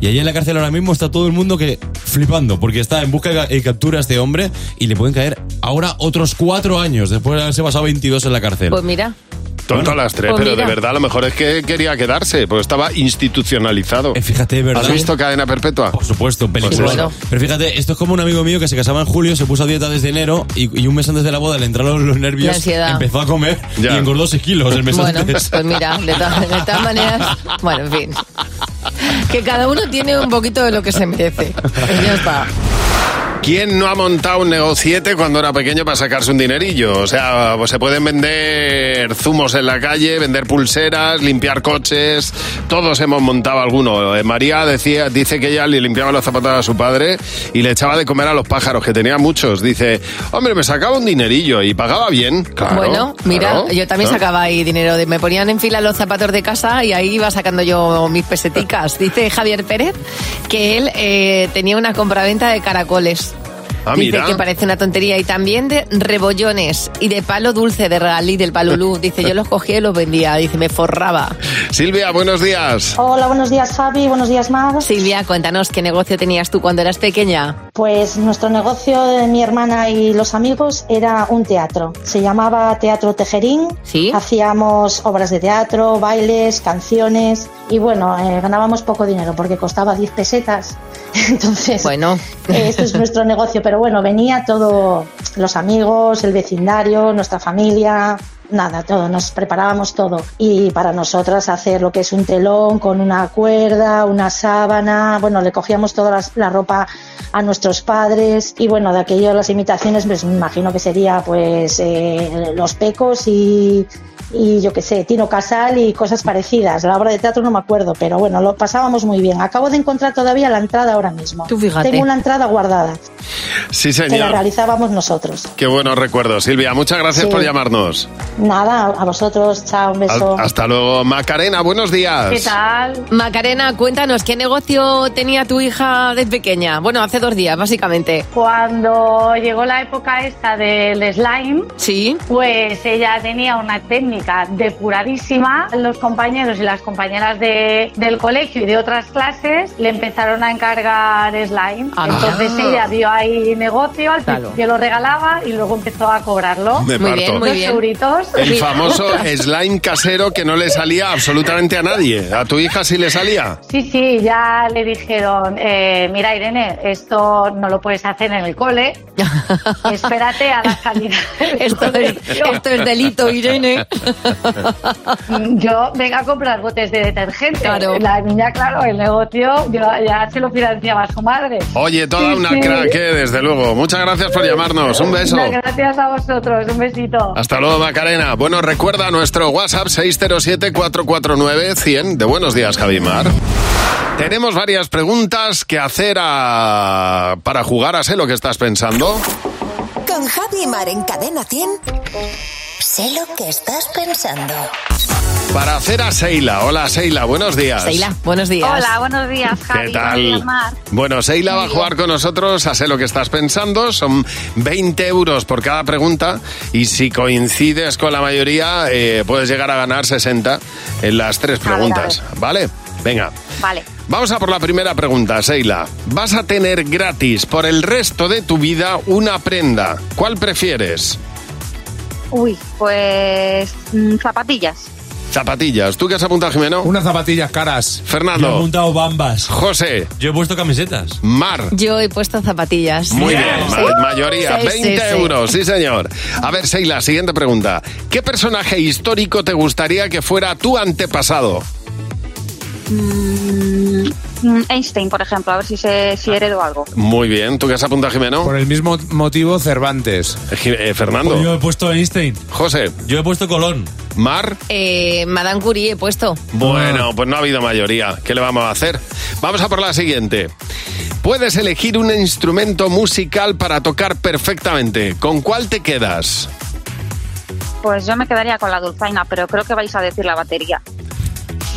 S17: Y allí en la cárcel ahora mismo está todo el mundo que flipando, porque está en busca y captura a este hombre y le pueden caer ahora otros cuatro años después de haberse pasado 22 en la cárcel.
S3: Pues mira.
S2: Tonto a las tres,
S3: Pues
S2: pero de
S3: mira.
S2: verdad lo mejor es que Eh, quería quedarse, porque estaba institucionalizado.
S17: Eh, fíjate, ¿verdad?
S2: ¿Has visto cadena perpetua? Por
S17: supuesto,
S2: película.
S17: Bueno, Pero fíjate, esto es como un amigo mío que se casaba en julio, se puso a dieta desde enero y, y un mes antes de la boda le entraron los
S3: La
S17: nervios,
S3: ansiedad.
S17: empezó a comer y engordó 6 kilos el mes
S3: Bueno,
S17: antes.
S3: pues mira, de, todas- de todas maneras, bueno, en fin. Que cada uno tiene un poquito de lo que se merece. Y ya está.
S2: ¿Quién no ha montado un negociete cuando era pequeño para sacarse un dinerillo? O sea, pues se pueden vender zumos en la calle, vender pulseras, limpiar coches. Todos hemos montado alguno. Eh, María decía, dice que ella le limpiaba los zapatos a su padre y le echaba de comer a los pájaros, que tenía muchos. Dice, hombre, me sacaba un dinerillo y pagaba bien. Claro,
S3: bueno, mira,
S2: claro,
S3: yo también
S2: claro.
S3: sacaba ahí dinero. de- me ponían en fila los zapatos de casa y ahí iba sacando yo mis peseticas. Dice Javier Pérez que él eh, tenía una compraventa de caracoles.
S2: Ah,
S3: Dice
S2: mira.
S3: que parece una tontería. Y también de rebollones y de palo dulce de regalí del palulú. Dice, yo los cogía y los vendía. Dice, me forraba.
S2: Silvia, buenos días.
S19: Hola, buenos días Javi, buenos días Mar.
S3: Silvia, cuéntanos qué negocio tenías tú cuando eras pequeña.
S19: Pues nuestro negocio de mi hermana y los amigos era un teatro. Se llamaba Teatro Tejerín. Hacíamos obras de teatro, bailes, canciones y bueno, eh, ganábamos poco dinero porque costaba 10 pesetas. Entonces,
S3: bueno,
S19: eh, este es nuestro negocio, pero bueno, venía todo, los amigos, el vecindario, nuestra familia. Nada, todo, nos preparábamos todo. Y para nosotras hacer lo que es un telón con una cuerda, una sábana, bueno, le cogíamos toda las- la, ropa a nuestros padres y bueno, de aquello las imitaciones, pues me imagino que sería pues eh, los pecos y, y yo qué sé, Tino Casal y cosas parecidas. La obra de teatro no me acuerdo, pero bueno, lo pasábamos muy bien. Acabo de encontrar todavía la entrada ahora mismo.
S3: Tú fíjate.
S19: Tengo una entrada guardada
S2: Sí,
S19: que la
S2: señor.
S19: realizábamos nosotros.
S2: Qué buenos recuerdos, Silvia. Muchas gracias
S19: Sí.
S2: por llamarnos.
S19: Nada, a vosotros, Pues, chao, un beso.
S2: Al- Hasta luego, Macarena. Buenos días.
S3: tal? Macarena, cuéntanos, ¿qué negocio tenía tu hija de pequeña? Bueno, hace dos días, básicamente.
S18: Cuando llegó la época esta del slime, pues ella tenía una técnica depuradísima. Los compañeros y las compañeras de- del colegio y de otras clases le empezaron a encargar slime.
S3: Ah, mira.
S18: Entonces ella vio ahí negocio, al
S3: Claro.
S18: principio lo regalaba y luego empezó a cobrarlo.
S2: Me Muy bien, parto. muy
S18: Dos
S2: bien.
S18: euritos.
S2: El famoso slime casero que no le salía absolutamente a nadie. ¿A tu hija sí le salía?
S18: Sí, sí, ya le dijeron, eh, mira Irene, esto no lo puedes hacer en el cole, espérate a la salida. esto, es,
S3: esto es delito, Irene.
S18: Mm, Yo venga a comprar botes de detergente. La niña, claro, el negocio yo ya se lo financiaba a su madre.
S2: Oye, toda
S18: Sí,
S2: una
S18: sí.
S2: crack, eh, desde luego. Muchas gracias por llamarnos. Un beso.
S18: Muchas Gracias a vosotros, un besito.
S2: Hasta luego, Macarena. Bueno, recuerda nuestro WhatsApp 607-449-100 de Buenos Días, Javimar. Tenemos varias preguntas que hacer a- para jugar a sé lo que estás pensando.
S20: Con Javi Mar en Cadena 100. Sé lo que estás pensando.
S2: Para hacer a Seila. Hola, Seila, buenos días.
S3: Seila, buenos días.
S20: Hola,
S18: buenos días,
S2: ¿Qué tal? Bueno, Seila va a jugar con nosotros a sé lo que estás pensando. Son 20 euros por cada pregunta y si coincides con la mayoría eh, puedes llegar a ganar 60 en las tres
S21: ver, a
S2: preguntas. ¿Vale? Venga.
S21: Vale.
S2: Vamos a por la primera pregunta, Seila. Vas a tener gratis por el resto de tu vida una prenda. ¿Cuál prefieres?
S21: Uy, pues mm, zapatillas.
S2: Zapatillas. ¿Tú qué has apuntado, Jimeno? Unas zapatillas caras. Fernando.
S17: Yo he
S2: apuntado bambas. José.
S17: Yo he puesto camisetas.
S2: Mar.
S3: Yo he puesto zapatillas.
S2: Muy bien,
S3: Sí.
S2: ma- mayoría,
S3: Sí,
S2: 20
S3: sí, sí.
S2: euros, sí señor. A ver, Seila, siguiente pregunta. ¿Qué personaje histórico te gustaría que fuera tu antepasado?
S21: Mm, mm, Einstein, por ejemplo, a ver si, se,
S2: Ah.
S21: si heredo algo.
S2: Muy bien, ¿tú qué has apuntado, Jimeno? Por el mismo motivo, Cervantes. Fernando.
S17: Pues Yo he puesto Einstein.
S2: José.
S17: Yo he puesto Colón.
S2: Mar.
S3: Eh, Madame Curie he puesto.
S2: Bueno, pues no ha habido mayoría. ¿Qué le vamos a hacer? Vamos a por la siguiente. Puedes elegir un instrumento musical para tocar perfectamente. ¿Con cuál te quedas?
S21: Pues yo me quedaría con la dulzaina, pero creo que vais a decir la batería.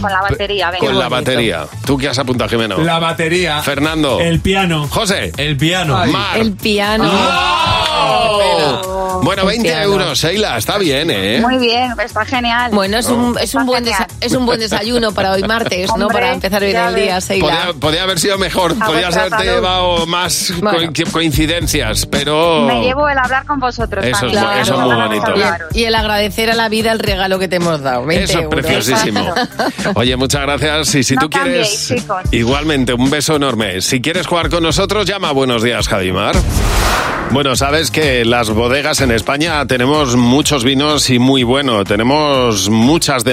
S21: Con la batería, venga.
S2: Con la batería. ¿Tú qué has apuntado, Jimeno?
S16: La batería.
S2: Fernando.
S16: El
S17: piano.
S2: José.
S17: El piano.
S2: Mar. ¡Oh!
S3: El piano.
S2: Bueno, 20
S3: Cristiano.
S2: euros, Seila, está bien, ¿eh?
S21: Muy bien, pues está genial.
S3: Bueno, es un, es un buen desa- es un buen desayuno para hoy martes, ¿no?
S21: Hombre,
S3: Para empezar bien
S21: ya
S3: el día,
S21: ves.
S3: Seila.
S2: Podía, podía haber sido mejor,
S21: A
S2: podías
S21: vuestra
S2: haberte
S21: salud.
S2: llevado más
S21: Bueno.
S2: co- coincidencias, pero...
S21: Me llevo el hablar con vosotros.
S2: Eso es
S21: también.
S2: muy- eso es muy bonito.
S3: Y el agradecer a la vida el regalo que te hemos dado. 20
S2: Eso es
S3: euros.
S2: preciosísimo. Oye, muchas gracias. Y si
S3: No
S2: tú quieres.
S3: cambiéis, chicos.
S2: Igualmente, un beso enorme. Si quieres jugar con nosotros, llama a Buenos Días, Javimar. Bueno, sabes que las bodegas en España tenemos muchos vinos y muy bueno. Tenemos muchas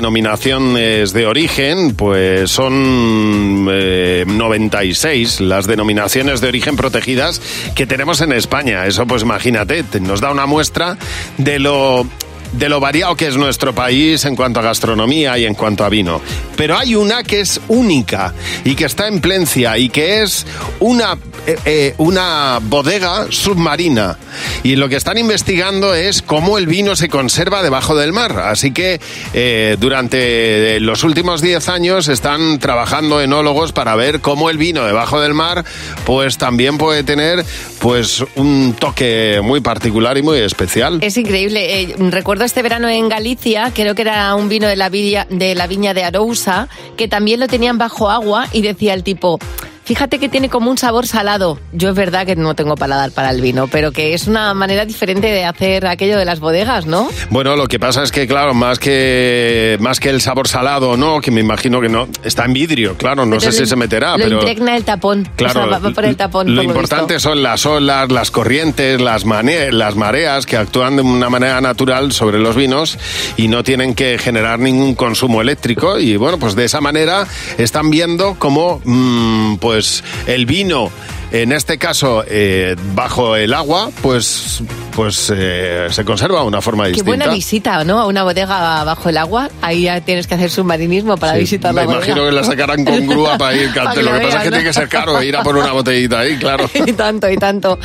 S2: denominaciones de origen, pues son eh, 96 las denominaciones de origen protegidas que tenemos en España. Eso pues imagínate, te- nos da una muestra de lo de lo variado que es nuestro país en cuanto a gastronomía y en cuanto a vino. Pero hay una que es única y que está en Plencia y que es una, eh, eh, una bodega submarina. Y lo que están investigando es cómo el vino se conserva debajo del mar. Así que eh, durante los últimos 10 años están trabajando enólogos para ver cómo el vino debajo del mar pues también puede tener pues un toque muy particular y muy especial.
S3: Es increíble. Eh, recuerdo este verano en Galicia, creo que era un vino de la, villa, de la viña de Arousa, que también lo tenían bajo agua y decía el tipo, Fíjate que tiene como un sabor salado. Yo es verdad que no tengo paladar para el vino, pero que es una manera diferente de hacer aquello de las bodegas, ¿no?
S2: Bueno, lo que pasa es que, claro, más que, más que el sabor salado, no, que me imagino que no, está en vidrio, claro, no sé
S3: Entonces,
S2: si se meterá,
S3: lo
S2: pero...
S3: impregna el tapón.
S2: Claro,
S3: o sea, va, va por el tapón.
S2: Lo
S3: por visto.
S2: importante son las olas, las corrientes, las, mane- las mareas que actúan de una manera natural sobre los vinos y no tienen que generar ningún consumo eléctrico. Y bueno, pues de esa manera están viendo cómo mm, pues el vino, en este caso eh, bajo el agua, pues, pues eh, se conserva de una forma
S3: Qué
S2: distinta.
S3: buena visita, ¿no? A una bodega bajo el agua. Ahí ya tienes que hacer submarinismo para
S2: Sí,
S3: visitar la
S2: Me
S3: bodega.
S2: imagino que la sacarán con grúa para ir.
S3: Para que
S2: Lo
S3: lo
S2: que pasa es
S3: veas,
S2: que
S3: ¿no?
S2: tiene que ser caro ir a por una botellita ahí, claro.
S3: y tanto, y tanto.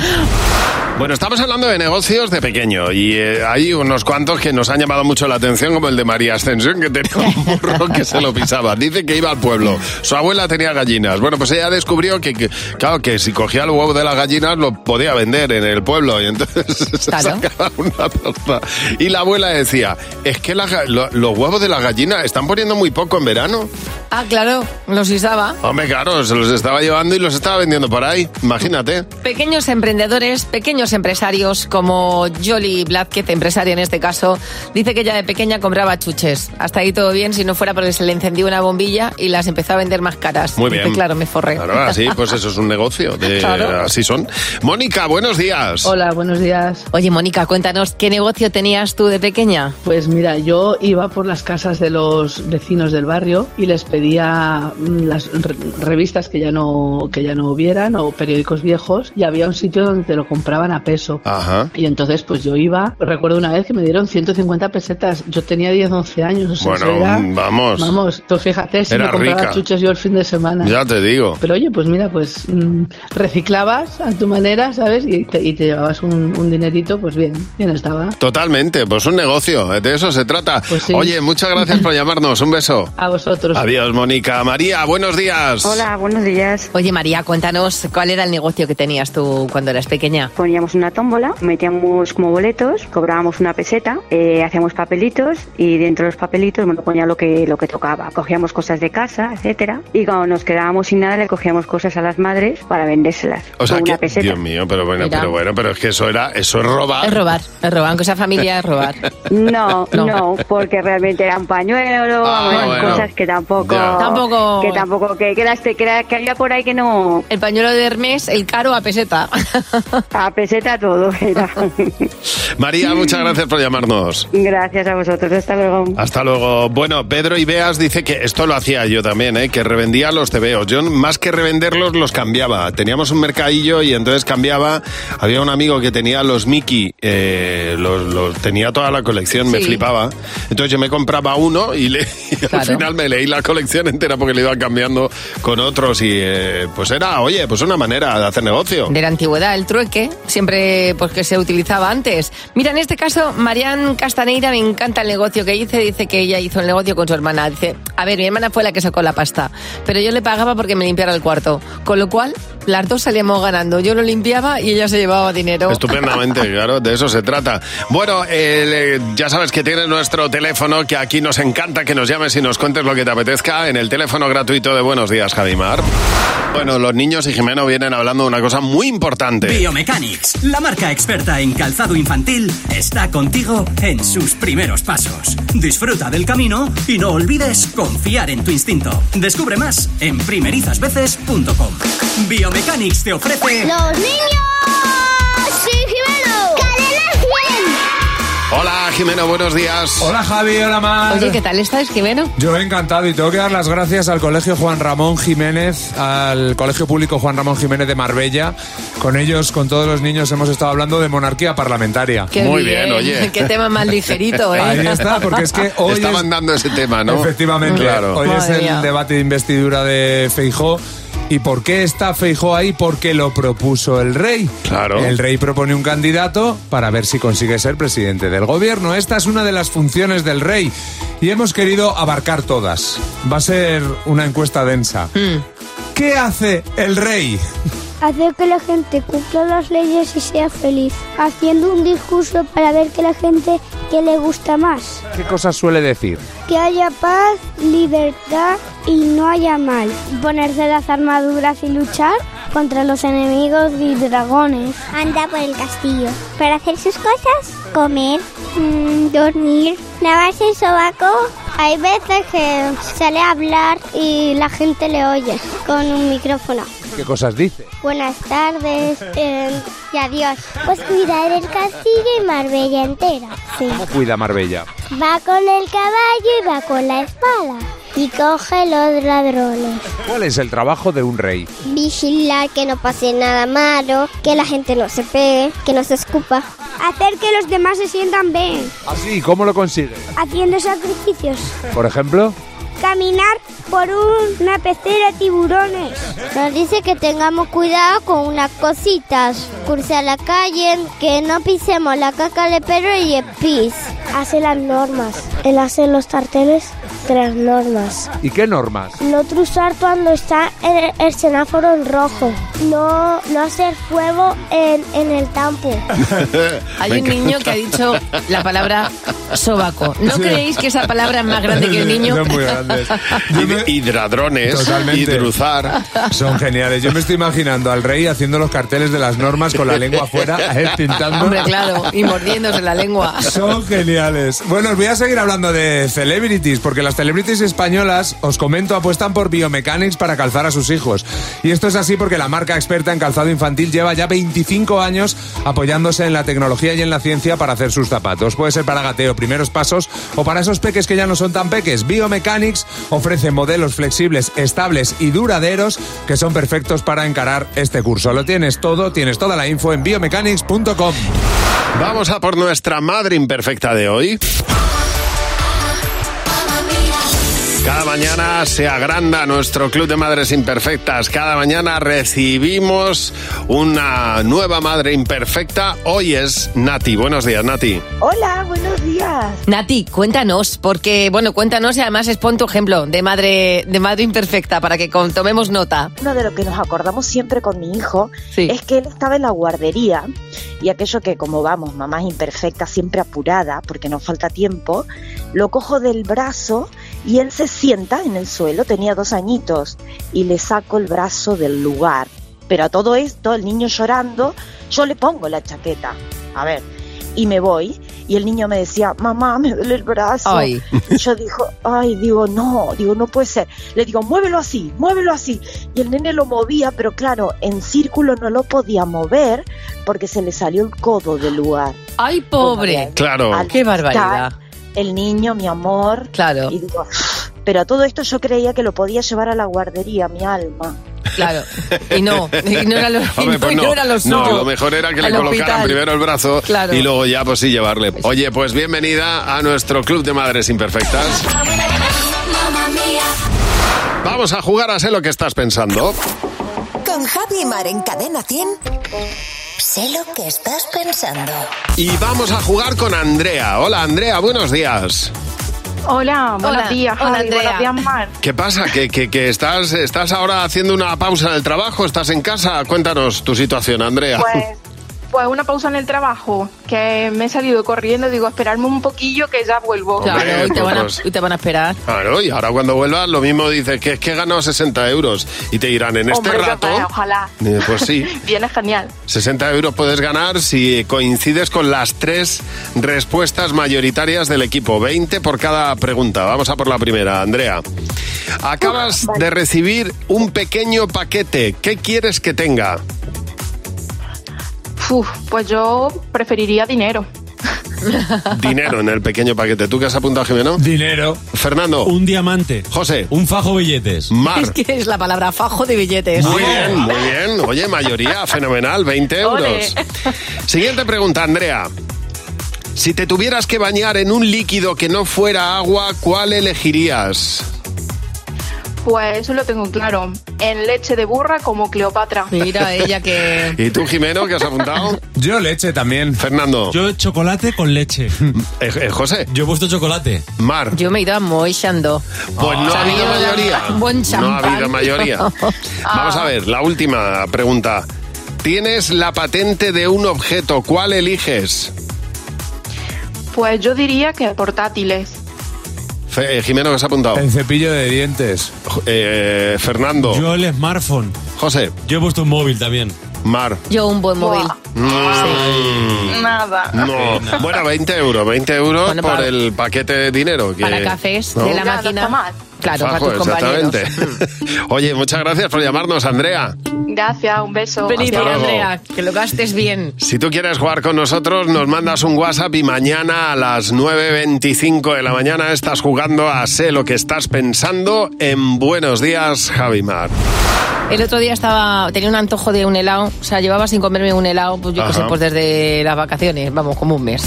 S2: Bueno, estamos hablando de negocios de pequeño y eh, hay unos cuantos que nos han llamado mucho la atención, como el de María Ascensión, que tenía un burro que se lo pisaba. Dice que iba al pueblo. Su abuela tenía gallinas. Bueno, pues ella descubrió que, que, claro, que si cogía el huevo de las gallinas lo podía vender en el pueblo y entonces se sacaba una pasta. Y la abuela decía, es que las ga- lo- los huevos de las gallinas están poniendo muy poco en verano.
S3: Ah, claro, los usaba.
S2: Hombre, claro, se los estaba llevando y los estaba vendiendo por ahí. Imagínate.
S3: Pequeños emprendedores, pequeños empresarios, como Jolly Blázquez, empresaria en este caso, dice que ya de pequeña compraba chuches. Hasta ahí todo bien, si no fuera porque se le encendió una bombilla y las empezó a vender más caras.
S2: Muy
S3: Dice,
S2: bien.
S3: claro, me forré.
S2: Claro, así, pues eso es un negocio. de-
S3: Claro.
S2: Así son. Mónica, buenos días.
S3: Hola, buenos días. Oye, Mónica, cuéntanos, ¿qué negocio tenías tú de pequeña?
S22: Pues mira, yo iba por las casas de los vecinos del barrio y les pedía mm, las re- revistas que ya no que ya no hubieran o periódicos viejos y había un sitio donde te lo compraban a peso. Y entonces pues yo iba, recuerdo una vez que me dieron 150 pesetas, yo tenía 10, 11 años, o sea,
S2: Bueno,
S22: eso era-
S2: vamos.
S22: Vamos, tú fíjate si
S2: Era
S22: me compraba
S2: rica.
S22: chuches yo el fin de semana.
S2: Ya te digo.
S22: Pero oye, pues mira, pues mm, reciclabas a tu manera, ¿sabes? Y te, y te llevabas un, un dinerito, pues bien, bien estaba.
S2: Totalmente, pues un negocio, de eso se trata.
S3: Pues
S2: Oye, muchas gracias por llamarnos, un beso.
S22: A vosotros.
S2: Adiós, Mónica. María, buenos días.
S3: buenos días. Oye, María, cuéntanos, ¿cuál era el negocio que tenías tú cuando eras pequeña?
S4: Poníamos una tómbola, metíamos como boletos, cobrábamos una peseta, eh, hacíamos papelitos y dentro de los papelitos bueno, ponía lo que, lo que tocaba. Cogíamos cosas de casa, etcétera, y cuando nos quedábamos sin nada le cogíamos cosas a las madres para vendérselas.
S2: O sea
S4: con una
S2: que,
S4: peseta.
S2: Dios mío, pero bueno,
S4: Mira.
S2: pero bueno, pero es que eso era, eso es robar.
S3: Es robar, es robar, aunque sea familia, es robar.
S4: No,
S3: No.
S4: no, porque realmente eran pañuelos,
S3: Ah,
S4: eran
S3: bueno.
S4: cosas que tampoco,
S3: Ya. Tampoco-
S4: que tampoco, que, que las- que era- que había por ahí que no,
S3: El pañuelo de Hermes, el caro a peseta.
S4: a peseta todo era.
S2: María, muchas gracias por llamarnos.
S4: Gracias a vosotros, hasta luego.
S2: Hasta luego. Bueno, Pedro Ibeas dice que esto lo hacía yo también, ¿eh? que revendía los tebeos. Yo más que revenderlos los cambiaba. Teníamos un mercadillo y entonces cambiaba. Había un amigo que tenía los Mickey, eh, los, los- tenía toda la colección, me
S23: Sí.
S2: flipaba. Entonces yo me compraba uno y, le, y al
S23: Claro.
S2: final me leí la colección entera porque le iba cambiando con otros y eh, pues era, oye, pues una manera de hacer negocio.
S3: De la antigüedad, el trueque, siempre pues que se utilizaba antes. Mira, en este caso, Marian Castaneira me encanta el negocio que hice. Dice que ella hizo el negocio con su hermana. Dice, a ver, mi hermana fue la que sacó la pasta, pero yo le pagaba porque me limpiara el cuarto. Con lo cual, las dos salíamos ganando. Yo lo limpiaba y ella se llevaba dinero.
S2: Estupendamente, claro, de eso se trata. Bueno, eh, le- ya sabes que tienes nuestro teléfono, que aquí nos encanta que nos llames y nos cuentes lo que te apetezca en el teléfono gratuito de Buenos Días, Javimar. Bueno, los niños y Jimeno vienen hablando de una cosa muy importante.
S24: Biomechanics, la marca experta en calzado infantil, está contigo en sus primeros pasos. Disfruta del camino y no olvides confiar en tu instinto. Descubre más en primerizasveces.com. Biomechanics te ofrece.
S25: ¡Los niños! ¡Sí, Jimeno!
S2: Hola, Jimeno, buenos días.
S16: Hola, Javi, hola, Mar.
S3: Oye, ¿qué tal estás, Jimeno?
S16: Yo encantado y tengo que dar las gracias al Colegio Juan Ramón Jiménez, al Colegio Público Juan Ramón Jiménez de Marbella. Con ellos, con todos los niños, hemos estado hablando de monarquía parlamentaria.
S3: Qué Qué tema más ligerito, ¿eh?
S16: Ahí está, porque es que hoy
S2: Estaban
S16: es-
S2: dando ese tema, ¿no?
S16: Efectivamente,
S2: Claro.
S16: hoy es
S2: Madre
S16: el
S2: mía.
S16: debate de investidura de Feijó. ¿Y por qué está Feijó ahí? Porque lo propuso el rey.
S2: Claro.
S16: El rey propone un candidato para ver si consigue ser presidente del gobierno. Esta es una de las funciones del rey y hemos querido abarcar
S2: Mm.
S16: todas. Va a ser una encuesta densa. ¿Qué hace el rey?
S25: Hacer que la gente cumpla las leyes y sea feliz. Haciendo un discurso para ver que la gente que le gusta más.
S16: ¿Qué cosas suele decir?
S25: Que haya paz, libertad y no haya mal. Ponerse las armaduras y luchar contra los enemigos y dragones. Andar por el castillo. Para hacer sus cosas, comer, mm, dormir, lavarse el sobaco. Hay veces que sale a hablar y la gente le oye con un micrófono.
S16: ¿Qué cosas dice?
S25: Buenas tardes eh, y adiós. Pues cuidar el castillo y Marbella entera. Sí.
S16: ¿Cómo cuida Marbella?
S25: Va con el caballo y va con la espada. Y coge los ladrones.
S16: ¿Cuál es el trabajo de un rey?
S25: Vigilar que no pase nada malo, que la gente no se pegue, que no se escupa. Hacer que los demás se sientan bien.
S16: Así, ¿cómo lo consigue?
S25: Haciendo sacrificios.
S16: Por ejemplo,
S25: Caminar por una pecera de tiburones. Nos dice que tengamos cuidado con unas cositas. Cruzar la calle, que no pisemos la caca de perro y el pis. Hace las normas. Él hace los tarteles de las normas.
S16: ¿y qué normas?
S25: No truzar cuando está el, el semáforo en rojo. No, no hacer fuego en, en el campo.
S3: Hay
S25: Me
S3: un niño
S25: encanta.
S3: que ha dicho la palabra sobaco. ¿No creéis que esa palabra es más grande que el niño?
S16: Son muy grandes.
S2: Hid- Hidradrones,
S16: Totalmente.
S2: hidruzar.
S16: Son geniales. Yo me estoy imaginando al rey haciendo los carteles de las normas con la lengua afuera, a él pintando.
S3: Hombre, claro, y mordiéndose la lengua.
S16: Son geniales. Bueno, os voy a seguir hablando de celebrities, porque las celebrities españolas, os comento, apuestan por biomechanics para calzar a sus hijos. Y esto es así porque la marca experta en calzado infantil lleva ya 25 años apoyándose en la tecnología y en la ciencia para hacer sus zapatos. Puede ser para gateo, primeros pasos o para esos peques que ya no son tan peques. Biomechanics ofrece modelos flexibles, estables y duraderos que son perfectos para encarar este curso. Lo tienes todo, tienes toda la info en biomechanics.com.
S2: Vamos a por nuestra madre imperfecta de hoy. Cada mañana se agranda nuestro club de madres imperfectas. Cada mañana recibimos una nueva madre imperfecta. Hoy es Nati. Buenos días, Nati.
S1: Ah,
S3: Hola, buenos días. Nati, cuéntanos, porque, bueno, cuéntanos y además expon tu ejemplo de madre, de madre imperfecta para que con- tomemos nota.
S1: Uno de lo que nos acordamos siempre con mi hijo es que él estaba en la guardería y aquello que como vamos, mamá es imperfecta, siempre apurada porque nos falta tiempo, lo cojo del brazo y él se sienta en el suelo, tenía dos añitos, y le saco el brazo del lugar. Pero a todo esto, el niño llorando, yo le pongo la chaqueta. A ver, y me voy. Y el niño me decía, mamá, me duele el brazo.
S3: Ay.
S1: Y Yo dijo, ay, digo, no, digo, no puede ser. Le digo, muévelo así, muévelo así. Y el nene lo movía, pero claro, en círculo no lo podía mover porque se le salió el codo del lugar.
S3: ¡Ay, pobre!
S2: Claro.
S1: Al
S3: ¡Qué barbaridad!
S1: estar El niño, mi amor.
S3: Claro.
S1: Y digo, pero a todo esto yo creía que lo podía llevar a la guardería, mi alma.
S3: Claro. Y no, y no era lo, y
S2: Hombre, pues
S3: no, y no era lo suyo.
S2: No, lo mejor era que le
S3: Al
S2: colocaran
S3: hospital.
S2: primero el brazo
S3: Claro.
S2: y luego ya, pues sí, llevarle. Oye, pues bienvenida a nuestro club de madres imperfectas. Vamos a jugar a sé lo que estás pensando.
S20: Con Javi y Mar en Cadena 100. Sé lo que estás pensando.
S2: Y vamos a jugar con Andrea. Hola, Andrea, buenos días.
S7: Hola, buenos
S3: Hola,
S7: días,
S3: hola,
S7: Javi, buenos
S3: Andrea.
S7: días, Mar.
S2: ¿Qué pasa? ¿Que, que, que estás, estás ahora haciendo una pausa en el trabajo? ¿Estás en casa? Cuéntanos tu situación, Andrea.
S7: Pues, pues una pausa en el trabajo, que me he salido corriendo, digo, esperarme un poquillo que ya vuelvo.
S3: Claro, y te, van a,
S2: pues-
S3: y te van a esperar.
S2: Claro, y ahora cuando vuelvas lo mismo dices que es que he ganado 60 euros y te dirán en este
S7: Hombre, ya
S2: rato...
S7: para, ojalá.
S2: Eh, pues sí.
S7: Viene genial.
S2: 60 euros puedes ganar si coincides con las tres respuestas mayoritarias del equipo. 20 por cada pregunta. Vamos a por la primera, Andrea. Acabas de recibir un pequeño paquete. ¿Qué quieres que tenga?
S7: Uf, pues yo preferiría dinero.
S2: Dinero en el pequeño paquete. ¿Tú qué has apuntado, Jimeno?
S17: Dinero.
S2: Fernando.
S17: Un diamante.
S2: José.
S17: Un fajo billetes.
S2: Mar.
S3: Es que es la palabra fajo de billetes.
S2: Muy bien, muy bien. Oye, mayoría, fenomenal, 20
S3: Ole.
S2: euros. Siguiente pregunta, Andrea. Si te tuvieras que bañar en un líquido que no fuera agua, ¿cuál elegirías?
S7: Pues eso lo tengo claro. En leche de burra como Cleopatra.
S3: Mira, ella que...
S2: ¿Y tú, Jimeno, qué has apuntado?
S16: Yo leche también.
S2: Fernando.
S17: Yo chocolate con leche.
S2: Eh, eh, José.
S17: Yo he puesto chocolate.
S2: Mar.
S3: Yo me he ido a Moixando.
S2: Pues no ha habido mayoría.
S3: Buen
S2: No ha
S3: champán.
S2: habido mayoría. Vamos a ver, la última pregunta. Tienes la patente de un objeto, ¿cuál eliges?
S7: Pues yo diría que portátiles.
S2: Fe- eh, Jimeno, ¿qué has apuntado?
S16: El cepillo de dientes.
S2: Eh, Fernando.
S17: Yo el smartphone.
S2: José.
S17: Yo he puesto un móvil también.
S2: Mar.
S3: Yo un buen móvil.
S2: Mm.
S7: Nada.
S2: No, bueno, 20 euros, 20 euros
S3: Bueno,
S2: por
S3: para-
S2: el paquete de dinero. Que,
S3: Para cafés
S2: ¿no?
S3: de la máquina. Claro, para
S2: Fajo,
S3: tus compañeros.
S2: exactamente. Oye, muchas gracias por llamarnos, Andrea.
S7: Gracias, un beso.
S3: Feliz
S2: Hasta luego.
S3: Andrea, que lo gastes bien.
S2: Si tú quieres jugar con nosotros, nos mandas un WhatsApp y mañana a las 9.25 de la mañana estás jugando a Sé lo que estás pensando en Buenos Días, Javimar.
S3: El otro día estaba tenía un antojo de un helado, o sea, llevaba sin comerme un helado, pues yo qué sé,
S2: Ajá.
S3: pues desde las vacaciones, vamos, como un mes.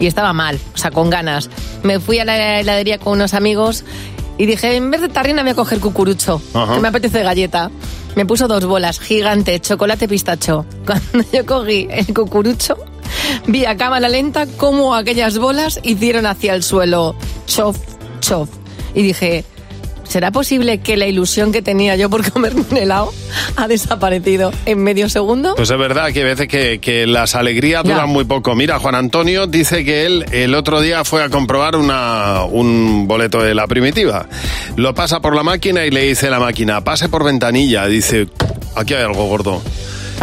S3: Y estaba mal, o sea, con ganas. Me fui a la heladería con unos amigos y dije, en vez de tarrina voy a coger cucurucho,
S5: Ajá.
S3: que me apetece galleta. Me puso dos bolas, gigante, chocolate pistacho. Cuando yo cogí el cucurucho, vi a cámara lenta cómo aquellas bolas hicieron hacia el suelo, chof, chof. Y dije, ¿Será posible que la ilusión que tenía yo por comerme un helado ha desaparecido en medio segundo?
S2: Pues es verdad que hay veces que, que las alegrías duran muy poco. Mira, Juan Antonio dice que él el otro día fue a comprobar una, un boleto de la primitiva. Lo pasa por la máquina y le dice la máquina, pase por ventanilla. Dice, aquí hay algo gordo.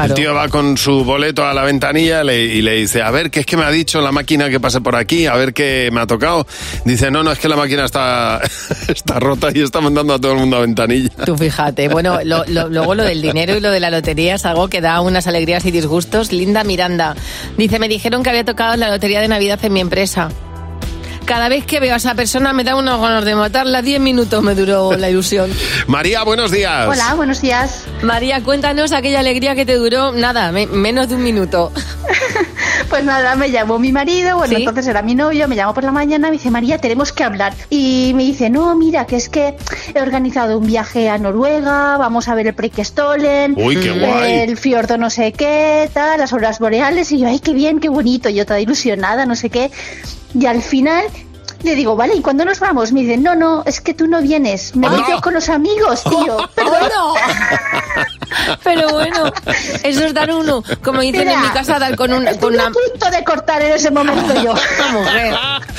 S2: El tío va con su boleto a la ventanilla le- y le dice, a ver, ¿qué es que me ha dicho la máquina que pase por aquí? A ver qué me ha tocado. Dice, no, no, es que la máquina está, está rota y está mandando a todo el mundo a ventanilla.
S3: Tú fíjate, bueno, lo- lo- luego lo del dinero y lo de la lotería es algo que da unas alegrías y disgustos. Linda Miranda dice, me dijeron que había tocado la lotería de Navidad en mi empresa. Cada vez que veo a esa persona me da unos ganas de matarla. Diez minutos me duró la ilusión.
S2: María, buenos días.
S3: buenos días. María, cuéntanos aquella alegría que te duró, nada, me- menos de un minuto.
S5: Pues nada, me llamó mi marido, bueno, entonces era mi novio, me llamó por la mañana, me dice, María, tenemos que hablar. Y me dice, no, mira, que es que he organizado un viaje a Noruega, vamos a ver el Preikestolen,
S2: Uy, qué guay.
S5: el fiordo no sé qué, tal, las obras boreales, y yo, ay, qué bien, qué bonito, yo toda ilusionada, no sé qué. Y al final... Le digo, vale, ¿y cuándo nos vamos? Me dice, no, no, es que tú no vienes. Me voy
S3: ¡Ah!
S5: yo con los amigos, tío. Perdón.
S3: Pero bueno, eso es dar uno. Como dicen
S5: Mira,
S3: en mi casa, dar con un. Con una...
S5: punto de cortar en ese momento yo.
S3: Mujer,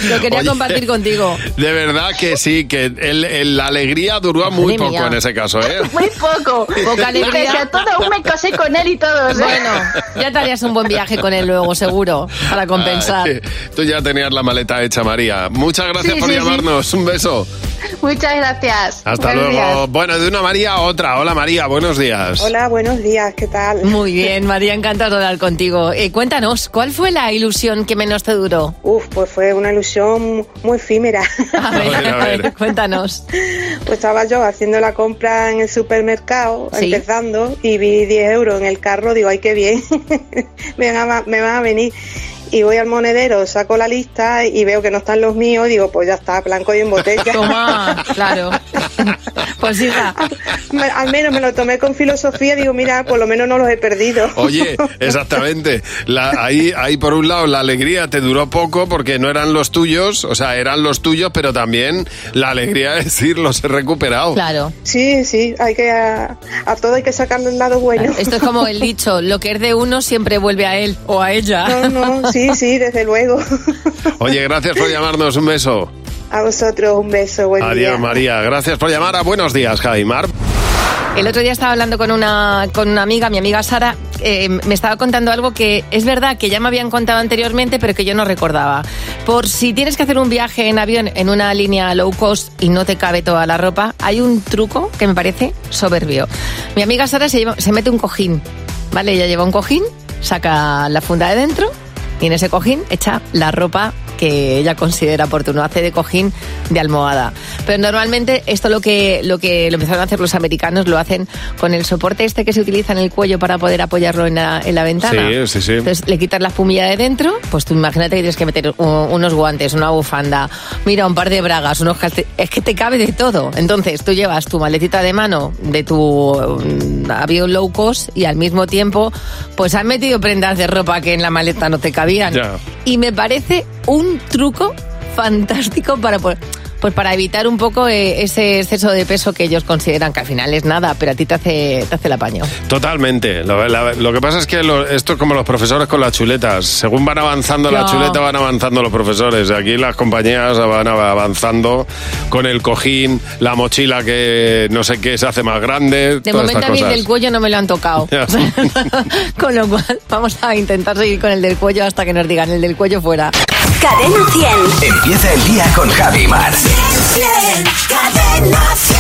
S3: lo quería
S2: Oye.
S3: compartir contigo.
S2: De verdad que sí, que el- el- la alegría duró muy
S3: Madre
S2: poco
S3: mía.
S2: en ese caso, ¿eh?
S5: Muy poco. Y
S3: Poca alegría.
S5: pese a todo, aún me casé con él y ¿eh? todo.
S3: Bueno, ya te harías un buen viaje con él luego, seguro, para compensar.
S2: Ay, tú ya tenías la maleta hecha, María. Muchas gracias
S5: Sí,
S2: por
S5: sí, sí.
S2: llamarnos. Un beso.
S5: Muchas gracias.
S2: Hasta
S5: Buenos
S2: luego.
S5: días.
S2: Bueno, de una María a otra. Hola, María. Buenos días.
S3: Hola, buenos días, ¿qué tal? Muy bien, María, encantado de hablar contigo. Eh, cuéntanos, ¿cuál fue la ilusión que menos te duró?
S9: Uf, pues fue una ilusión muy efímera.
S3: Cuéntanos.
S9: Pues estaba yo haciendo la compra en el supermercado,
S3: Sí.
S9: empezando, y vi 10 euros en el carro, digo, ay, qué bien, me, van a, me van a venir. Y voy al monedero, saco la lista y veo que no están los míos, digo, pues ya está, blanco y en botella.
S3: Toma, claro. Pues hija.
S9: Me- Al menos me lo tomé con filosofía, digo, mira, por lo menos no los he perdido.
S2: Oye, exactamente. La- ahí, ahí, por un lado, la alegría te duró poco porque no eran los tuyos, o sea, eran los tuyos, pero también la alegría de decir, los he recuperado.
S9: Sí, sí, hay que a, a todo hay que sacarle el lado bueno.
S3: Esto es como el dicho, lo que es de uno siempre vuelve a él o a ella.
S9: No, no, sí, sí, desde luego.
S2: Oye, gracias por llamarnos. Un beso.
S9: A vosotros un beso, buen
S2: Adiós,
S9: día.
S2: María. Gracias por llamar a Buenos Días, Jaimar.
S3: El otro día estaba hablando con una, con una amiga, mi amiga Sara, eh, me estaba contando algo que es verdad que ya me habían contado anteriormente, pero que yo no recordaba. Por si tienes que hacer un viaje en avión en una línea low cost y no te cabe toda la ropa, hay un truco que me parece soberbio. Mi amiga Sara se, lleva- se mete un cojín, ¿vale? Ella lleva un cojín, saca la funda de dentro y en ese cojín echa la ropa que ella considera oportuno. Hace de cojín de almohada. Pero normalmente esto lo que, lo que lo empezaron a hacer los americanos lo hacen con el soporte este que se utiliza en el cuello para poder apoyarlo en la, en la ventana.
S2: Sí, sí, sí.
S3: Entonces le quitas la espumilla de dentro, pues tú imagínate que tienes que meter u- unos guantes, una bufanda, mira, un par de bragas, unos calte- Es que te cabe de todo. Entonces tú llevas tu maletita de mano de tu mm, avión low cost y al mismo tiempo, pues han metido prendas de ropa que en la maleta no te cabían.
S2: Ya.
S3: Y me parece un truco fantástico para po- Pues para evitar un poco eh, ese exceso de peso que ellos consideran que al final es nada, pero a ti te hace, te hace el apaño.
S2: Totalmente. Lo, la- lo que pasa es que lo- esto es como los profesores con las chuletas. Según van avanzando la
S3: No.
S2: chuleta, van avanzando los profesores. Aquí las compañías van avanzando con el cojín, la mochila que no sé qué se hace más grande.
S3: De
S2: todas
S3: momento a
S2: estas
S3: mí el
S2: cosas.
S3: del cuello no me lo han tocado.
S2: Ya.
S3: Con lo cual, vamos a intentar seguir con el del cuello hasta que nos digan el del cuello fuera.
S20: Cadena 100.
S8: Empieza el día con Javi Mar.
S20: Cadena 100.